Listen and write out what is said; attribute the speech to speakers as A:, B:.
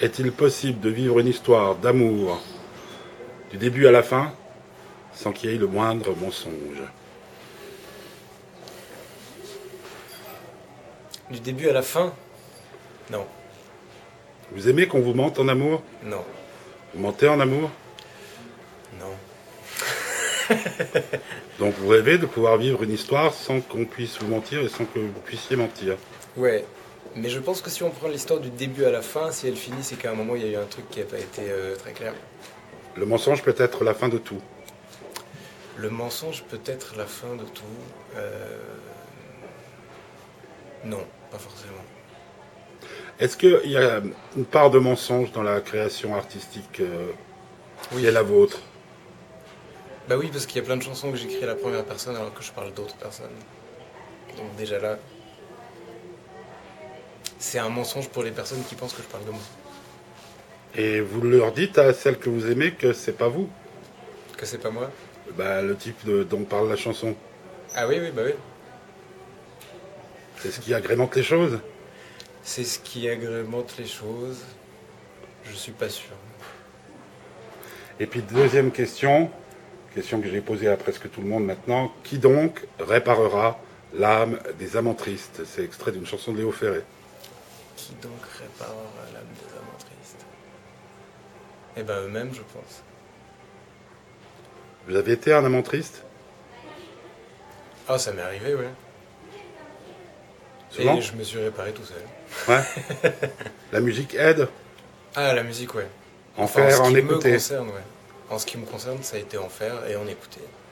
A: Est-il possible de vivre une histoire d'amour du début à la fin sans qu'il y ait le moindre mensonge
B: Du début à la fin Non,
A: Vous aimez qu'on vous mente en amour
B: non,
A: Vous mentez en amour
B: non.
A: Donc vous rêvez de pouvoir vivre une histoire sans qu'on puisse vous mentir et sans que vous puissiez mentir.
B: Ouais. Mais je pense que si on prend l'histoire du début à la fin, si elle finit, c'est qu'à un moment, il y a eu un truc qui n'a pas été euh, très clair.
A: Le mensonge peut être la fin de tout.
B: Le mensonge peut être la fin de tout. euh, Non, pas forcément.
A: Est-ce qu'il y a une part de mensonge dans la création artistique euh, qui est la vôtre
B: Bah oui, parce qu'il y a plein de chansons que j'écris à la première personne alors que je parle d'autres personnes. Donc déjà là, c'est un mensonge pour les personnes qui pensent que je parle de moi.
A: Et vous leur dites à celles que vous aimez que c'est pas vous
B: Que c'est pas moi.
A: bah, Le type de- dont parle la chanson.
B: Ah oui, oui, bah oui.
A: C'est ce qui agrémente les choses.
B: C'est ce qui agrémente les choses. Je suis pas sûr.
A: Et puis deuxième question, question que j'ai posée à presque tout le monde maintenant, qui donc réparera l'âme des amants tristes C'est extrait d'une chanson de Léo Ferré.
B: Qui donc réparera l'âme des amants tristes Eh ben eux-mêmes, je pense.
A: Vous avez été un amant triste
B: Ah, ça m'est arrivé, ouais.
A: Souvent
B: Et je me suis réparé tout seul.
A: Ouais. La musique aide
B: Ah, la musique, ouais.
A: En
B: Enfin,
A: faire,
B: ce
A: en
B: qui me
A: écouter.
B: concerne, ouais. En ce qui me concerne, ça a été en faire et en écouter.